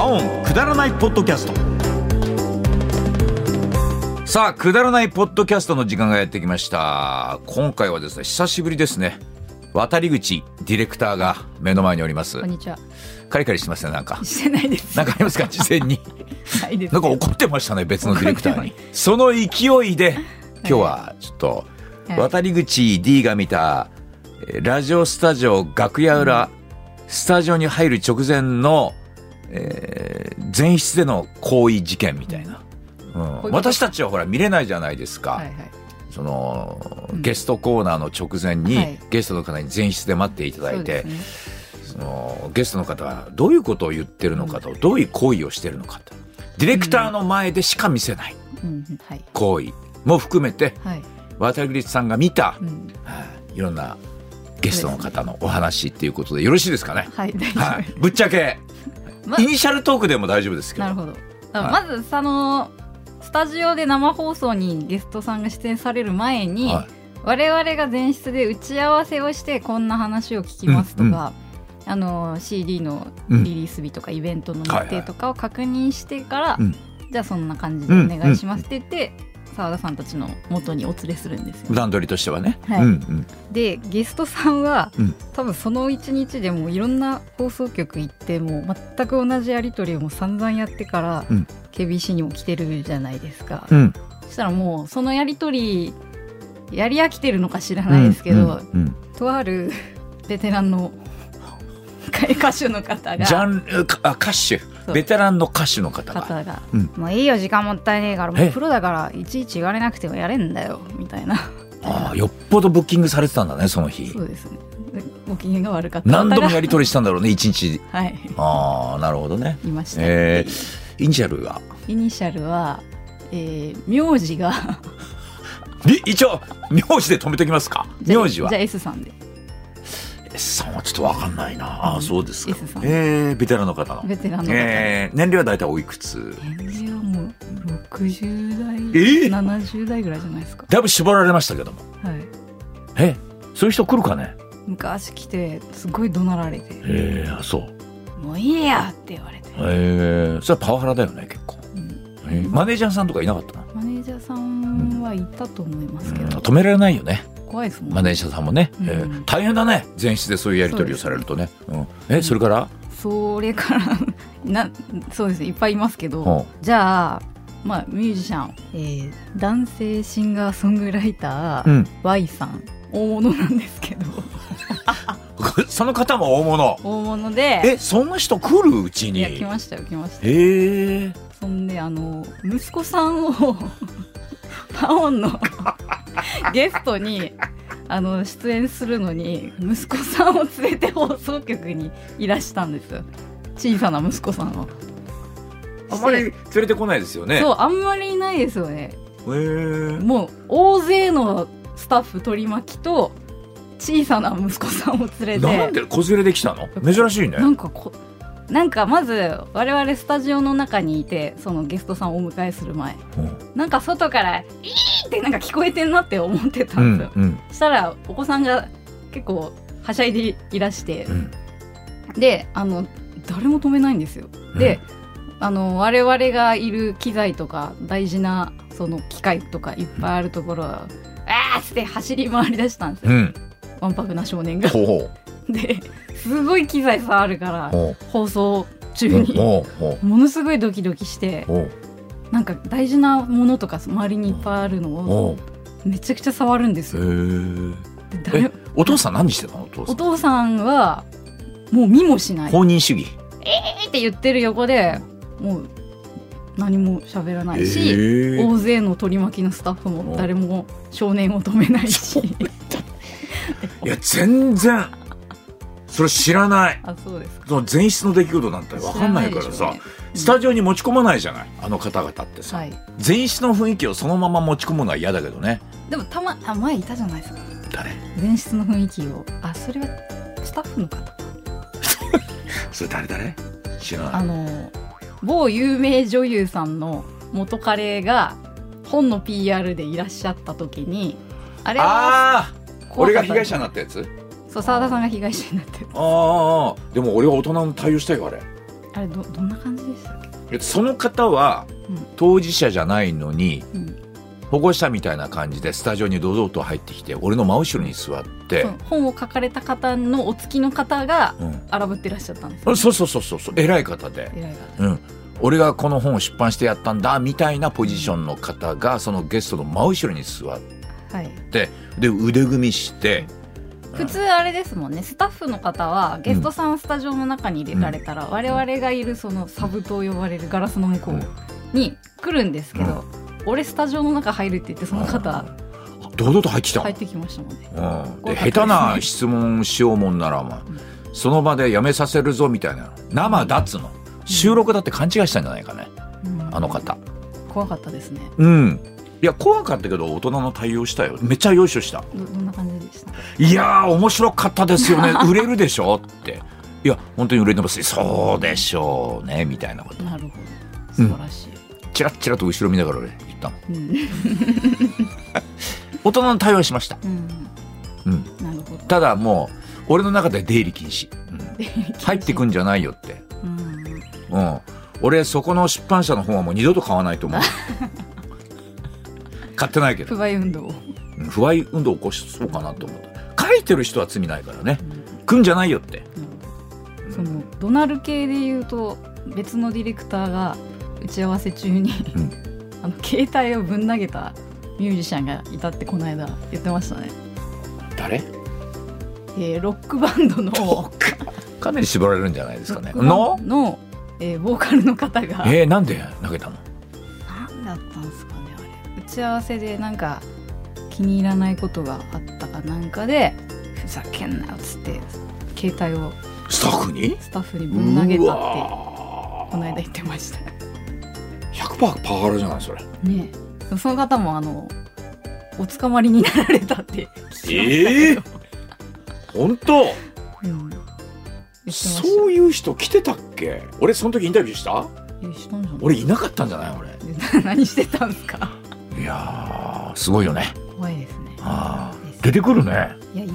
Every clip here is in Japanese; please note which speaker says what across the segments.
Speaker 1: オンくだらないポッドキャストさあくだらないポッドキャストの時間がやってきました今回はですね久しぶりですね渡り口ディレクターが目の前におります
Speaker 2: こんにちは。
Speaker 1: カリカリしてますねなんか
Speaker 2: してないです。
Speaker 1: なんかありますか事前に
Speaker 2: ないです。
Speaker 1: なんか怒ってましたね別のディレクターに
Speaker 2: 怒って
Speaker 1: その勢いで今日はちょっと
Speaker 2: はい
Speaker 1: 渡り口 D が見たえーラジオスタジオ楽屋裏、スタジオに入る直前の、えー前室での行為事件みたいな、うん
Speaker 2: こういうこと
Speaker 1: 私たちはほら見れないじゃないですか、
Speaker 2: はいはい。
Speaker 1: その
Speaker 2: うん
Speaker 1: ゲストコーナーの直前に、
Speaker 2: はい
Speaker 1: ゲストの方に前室で待っていただ
Speaker 2: そ
Speaker 1: いうて
Speaker 2: ですね。
Speaker 1: そのゲストの方はどういうことを言ってるのかとどういう行為をしてるのかとディレクターの前でしか見せない
Speaker 2: うんうんはい
Speaker 1: 行為も含めて
Speaker 2: はい。
Speaker 1: 渡り口さんが見た、
Speaker 2: うん
Speaker 1: はいいろんなゲストの方のお話っていうことでよろしいですかね、
Speaker 2: はい大
Speaker 1: は
Speaker 2: 丈
Speaker 1: い、ぶっちゃけ、
Speaker 2: ま
Speaker 1: イニシャルトークでも大丈夫です
Speaker 2: 夫。
Speaker 1: けど
Speaker 2: なるほど。だから
Speaker 1: は
Speaker 2: まずそのスタジオで生放送にゲストさんが出演される前に
Speaker 1: はい
Speaker 2: 我々が前室で打ち合わせをしてこんな話を聞きますとか。あの CD のリリース日とかイベントの日程とかを確認してから、
Speaker 1: うん
Speaker 2: じゃあそんな感じでお願いしますって言って澤、田さんたちの元にお連れするんですよね、
Speaker 1: 段取りとしてはね、
Speaker 2: はい
Speaker 1: うんうん
Speaker 2: でゲストさんは、
Speaker 1: うん
Speaker 2: 多分その一日でもういろんな放送局行ってもう全く同じやり取りをもう散々やってから、
Speaker 1: うん
Speaker 2: KBC にも来てるじゃないですか、
Speaker 1: うん
Speaker 2: そしたらもうそのやり取りやり飽きてるのか知らないですけど、
Speaker 1: うんうん
Speaker 2: とあるベテランの歌手の方
Speaker 1: ジャ
Speaker 2: が
Speaker 1: ンルかあ歌手
Speaker 2: そう
Speaker 1: ベテランの歌手の方が
Speaker 2: 方が、
Speaker 1: うん
Speaker 2: もういいよ時間もったいねえからも
Speaker 1: え
Speaker 2: うプロだからいちいち言われなくてもやれんだよみたいな
Speaker 1: ああよっぽどブッキングされてたんだねその日
Speaker 2: そうですねでご機嫌が悪かった方
Speaker 1: 何
Speaker 2: が
Speaker 1: 度もやり取りしたんだろうね一日
Speaker 2: はい
Speaker 1: ああなるほどね
Speaker 2: いました、
Speaker 1: えー、イニシャルが
Speaker 2: イニシャルは、えー、名字が
Speaker 1: い一応名字で止めときますか 名字は
Speaker 2: じゃあ S さんで
Speaker 1: S さんはちょっとわかんないなあーそうですか
Speaker 2: S さん
Speaker 1: えー、ベテランの方の
Speaker 2: ベテランの方、
Speaker 1: えー、年齢は大体おいくつ
Speaker 2: 年齢はもう60代、
Speaker 1: えー
Speaker 2: 70代ぐらいじゃないですか、
Speaker 1: だいぶ絞られましたけども
Speaker 2: はい、
Speaker 1: えそういう人来るかね
Speaker 2: 昔来てすごい怒鳴られて
Speaker 1: えー、あそう
Speaker 2: 「もういいや!」って言われて、
Speaker 1: えー、それはパワハラだよね結構、
Speaker 2: うん
Speaker 1: えーマネージャーさんとかいなかったな、
Speaker 2: マネージャーさんはいたと思いますけ
Speaker 1: うん
Speaker 2: ど、
Speaker 1: 止められないよね
Speaker 2: 怖いですもん
Speaker 1: マネージャーさんもね、えー
Speaker 2: うん
Speaker 1: 大変だね前室でそういうやり取りをされるとねうん、えそれから、
Speaker 2: それから なそうですねいっぱいいますけど、
Speaker 1: うん
Speaker 2: じゃあまあミュージシャン、えー男性シンガーソングライター、
Speaker 1: うん
Speaker 2: Y さん大物なんですけど
Speaker 1: その方も大物
Speaker 2: 大物で
Speaker 1: えそんな人来るうち
Speaker 2: い
Speaker 1: に
Speaker 2: や来
Speaker 1: へ
Speaker 2: ましたよ来ましたよ
Speaker 1: え
Speaker 2: そんであの息子さんを パオンの ゲストにあの出演するのに息子さんを連れて放送局にいらしたんですよ小さな息子さんを
Speaker 1: あまり連れてこないですよね
Speaker 2: そうあんまりいないですよね
Speaker 1: へー
Speaker 2: もう大勢のスタッフ取り巻きと小さな息子さんを連れて
Speaker 1: なんで子連れできたの珍しいね
Speaker 2: なんかこなんかまず我々スタジオの中にいてそのゲストさんをお迎えする前
Speaker 1: うん
Speaker 2: なんか外から「いー!」ってなんか聞こえてんなって思ってた
Speaker 1: うん
Speaker 2: ですよ、
Speaker 1: ん
Speaker 2: そしたらお子さんが結構はしゃいでいらして
Speaker 1: う、ん
Speaker 2: であの誰も止めないんですよで、あの我々がいる機材とか大事なその機械とかいっぱいあるところは「あー!」っつって走り回り出したんですよ、
Speaker 1: うん
Speaker 2: わんぱくな少年が。
Speaker 1: ほうほ
Speaker 2: ですごい機材触るから
Speaker 1: うほ
Speaker 2: 放送中
Speaker 1: う
Speaker 2: に
Speaker 1: ほうほ
Speaker 2: ものすごいドキドキして
Speaker 1: うほう
Speaker 2: なんか大事なものとか周りにいっぱいあるの
Speaker 1: ほ
Speaker 2: を
Speaker 1: う
Speaker 2: めちゃくちゃ触るんです
Speaker 1: へ
Speaker 2: よ。
Speaker 1: ー
Speaker 2: で誰
Speaker 1: えお父さん何してたのお父さ
Speaker 2: お
Speaker 1: ん
Speaker 2: 父さんはもう見もしない「
Speaker 1: 放任主義
Speaker 2: えーって言ってる横でもう何も喋らないし。
Speaker 1: へー
Speaker 2: 大勢の取り巻きのスタッフも誰も少年を止めないし
Speaker 1: いや全然それ知らない
Speaker 2: あそうですか
Speaker 1: その前室の出来事なんて分かんないから
Speaker 2: 知ら
Speaker 1: さ、
Speaker 2: ないでしょうね
Speaker 1: スタジオに持ち込まないじゃないあの方々ってさ、
Speaker 2: はい
Speaker 1: 前室の雰囲気をそのまま持ち込むのは嫌だけどね
Speaker 2: でもたまあ前いたじゃないですか
Speaker 1: 誰
Speaker 2: 前室の雰囲気をあそれはスタッフの方
Speaker 1: それ誰誰知らない
Speaker 2: あの某有名女優さんの元カレが本の PR でいらっしゃった時にあれは
Speaker 1: ああ
Speaker 2: 怖
Speaker 1: 俺
Speaker 2: か
Speaker 1: が
Speaker 2: った
Speaker 1: 被害者になったやつ
Speaker 2: そう澤田さんが被害者になって
Speaker 1: ああでも俺は大人の対応したよあれ
Speaker 2: あれどどんな感じでしたっけ、
Speaker 1: えその方は
Speaker 2: うん
Speaker 1: 当事者じゃないのに
Speaker 2: うん、
Speaker 1: 保護者みたいな感じでスタジオに堂々と入ってきて俺の真後ろに座って
Speaker 2: その本を書かれた方のお付きの方が
Speaker 1: うん
Speaker 2: 荒ぶってらっしゃったんです
Speaker 1: あ
Speaker 2: よ
Speaker 1: そうそうそうそうそう偉い方で、
Speaker 2: 偉いが
Speaker 1: うん、俺がこの本を出版してやったんだみたいなポジションの方がそのゲストの真後ろに座っ
Speaker 2: はい
Speaker 1: てで腕組みして
Speaker 2: 普通あれですもんねスタッフの方はゲストさんをスタジオの中に入れられたら、我々がいるそのサブと呼ばれるガラスの向こ
Speaker 1: うん
Speaker 2: うに来るんですけど、俺スタジオの中入るって言ってその方
Speaker 1: 堂々と入ってきたの
Speaker 2: 入ってきましたもんね
Speaker 1: うん、
Speaker 2: 豪華
Speaker 1: で
Speaker 2: ですね
Speaker 1: 下手な質問しようもんなら、まあ
Speaker 2: うん
Speaker 1: その場でやめさせるぞみたいな生だっつうの収録だって勘違いしたんじゃないかね
Speaker 2: うん
Speaker 1: あの方
Speaker 2: 怖かったですね
Speaker 1: うんいや怖かったけど大人の対応したよめっちゃよいしょした
Speaker 2: どどんな感じでした
Speaker 1: いやー面白かったですよね売れるでしょっていや本当に売れてますそうでしょうねみたいなこと
Speaker 2: なるほど素晴らしい、
Speaker 1: チラッチラッと後ろ見ながら俺言ったの
Speaker 2: うん
Speaker 1: 大人の対応はしました
Speaker 2: うん
Speaker 1: うん
Speaker 2: なるほど
Speaker 1: ただもう俺の中で出入り禁止、うん入ってく
Speaker 2: ん、
Speaker 1: んじゃないよって
Speaker 2: うん、
Speaker 1: うん、俺そこの出版社の本はもう二度と買わないと 思う買ってないけど
Speaker 2: 不買運動を、
Speaker 1: うん不買運動起こしそうかなと思った書いてる人は罪ないからね来んじゃないよって
Speaker 2: うんそのドナル系で言うと別のディレクターが打ち合わせ中に、
Speaker 1: う
Speaker 2: あの携帯をぶん投げたミュージシャンがいたってこの間言ってましたね、
Speaker 1: 誰
Speaker 2: えーロックバンドのロ
Speaker 1: かなり絞られるんじゃないですか
Speaker 2: ッ
Speaker 1: ね
Speaker 2: クバンド
Speaker 1: の
Speaker 2: の、えーボーカルの方が
Speaker 1: えー、なんで投げたの
Speaker 2: 何だったんですかねあれ打ち合わせでなんか気に入らないことがあったかなんかでふざけんなよっつって携帯を
Speaker 1: スタッフに
Speaker 2: スタッフにぶん投げた
Speaker 1: う
Speaker 2: って
Speaker 1: わ
Speaker 2: この間言ってました
Speaker 1: 100%パワハラじゃないそれ
Speaker 2: ねえその方もあのお捕まりになられたって聞き ましたけど、
Speaker 1: 本当
Speaker 2: うん言ってました
Speaker 1: そういう人来てたっけ俺その時インタビューした
Speaker 2: えしたんじゃない
Speaker 1: 俺いなかったんじゃない俺
Speaker 2: 何してたんですか
Speaker 1: いやーすごいよね
Speaker 2: 怖いですね
Speaker 1: あ
Speaker 2: です
Speaker 1: ー出てくるね
Speaker 2: いやいいっ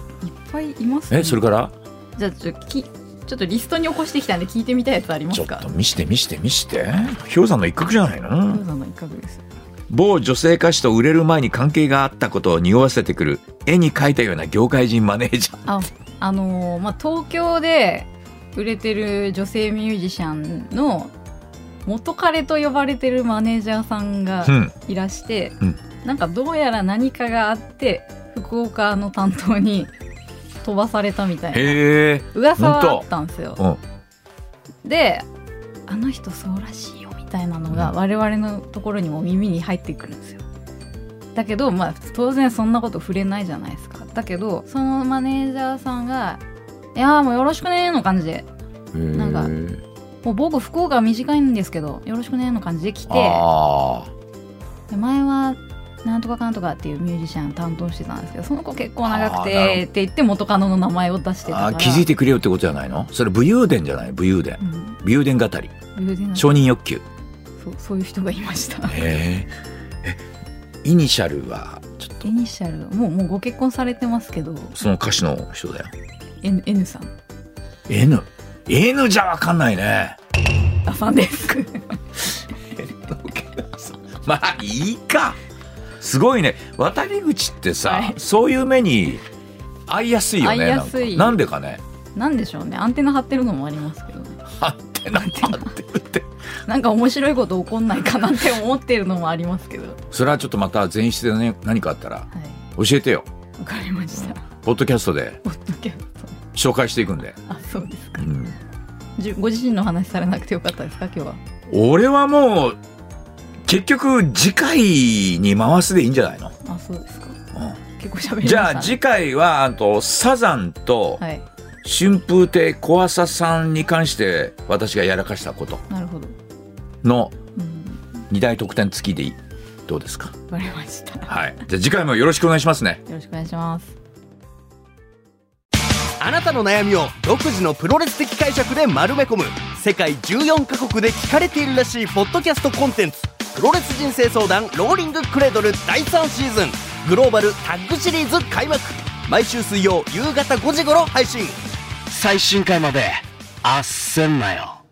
Speaker 2: ぱいいますね
Speaker 1: えそれから
Speaker 2: じゃあちょきちょっとリストに起こしてきたんで聞いてみたいやつありま
Speaker 1: ちょ
Speaker 2: す
Speaker 1: っ
Speaker 2: か
Speaker 1: と見して見して見して氷山の一角じゃないの、
Speaker 2: どうぞの一角です
Speaker 1: 某女性歌手と売れる前に関係があったことを匂わせてくる絵に描いたような業界人マネージャー
Speaker 2: ああのーまあ東京で売れてる女性ミュージシャンの元彼と呼ばれてるマネージャーさんが
Speaker 1: うん
Speaker 2: いらして、
Speaker 1: うん
Speaker 2: なんかどうやら何かがあって福岡の担当に飛ばされたみたいな
Speaker 1: へえ
Speaker 2: 噂はあったんですよ
Speaker 1: う。ん
Speaker 2: であの人そうらしいよみたいなのが
Speaker 1: うん
Speaker 2: 我々のところにも耳に入ってくるんですよ。だけど、まあ、当然そんなこと触れないじゃないですか。だけどそのマネージャーさんが「いやーもうよろしくね」の感じでなんか
Speaker 1: へえ
Speaker 2: 「もう僕福岡は短いんですけどよろしくね」の感じで来て。
Speaker 1: あ
Speaker 2: で前はなんとかかんとかっていうミュージシャン担当してたんですけどその子結構長く
Speaker 1: あーなるほ
Speaker 2: てって言って元カノの名前を出して
Speaker 1: ー
Speaker 2: たから
Speaker 1: あー気づいてくれよってことじゃないのそれ武勇伝じゃない武勇伝
Speaker 2: うん
Speaker 1: 武勇伝語り
Speaker 2: 偶然
Speaker 1: 承認欲求
Speaker 2: そうそういう人がいました
Speaker 1: へえイニシャルはちょっと
Speaker 2: イニシャルもうもうご結婚されてますけど
Speaker 1: その歌手の人だよ
Speaker 2: N, N さん
Speaker 1: N N じゃわかんないね
Speaker 2: あさんです
Speaker 1: まあいいかすごいね渡り口ってさ、
Speaker 2: はい
Speaker 1: そういう目に合いやすいよね
Speaker 2: 合いやす
Speaker 1: な
Speaker 2: い
Speaker 1: んかなんでかね
Speaker 2: なんでしょうねアンテナ張ってるのもありますけどね
Speaker 1: あってなってるって
Speaker 2: なんか面白いこと起こんないかなって思ってるのもありますけどは
Speaker 1: それはちょっとまた前室で、ね、何かあったら
Speaker 2: い
Speaker 1: 教えてよ
Speaker 2: わかりました
Speaker 1: ポッドキャストで
Speaker 2: ポッドキャスト
Speaker 1: 紹介していくんで、
Speaker 2: あそうです
Speaker 1: う
Speaker 2: か
Speaker 1: ん、
Speaker 2: じゅご自身の話されなくてよかったですか今日は
Speaker 1: 俺はもう結局次回に回すでいいんじゃないの、
Speaker 2: あそうですか
Speaker 1: う
Speaker 2: 結構喋り
Speaker 1: ん、
Speaker 2: ました
Speaker 1: じゃあ次回はあとサザンと
Speaker 2: はい
Speaker 1: 春風亭小朝さんに関して私がやらかしたこと
Speaker 2: なるほど。
Speaker 1: の
Speaker 2: うん、
Speaker 1: 二大特典付きでいいどうですか
Speaker 2: わかりました。よ
Speaker 1: はいじゃあ次回もよろしくお願いしますね
Speaker 2: ろしくお願いします。
Speaker 3: あなたの悩みを独自のプロレス的解釈で丸め込む世界14カ国で聞かれているらしいポッドキャストコンテンツ「プロレス人生相談ローリングクレードル」第3シーズングローバルタッグシリーズ開幕毎週水曜夕方5時頃配信最新回まであっせんなよ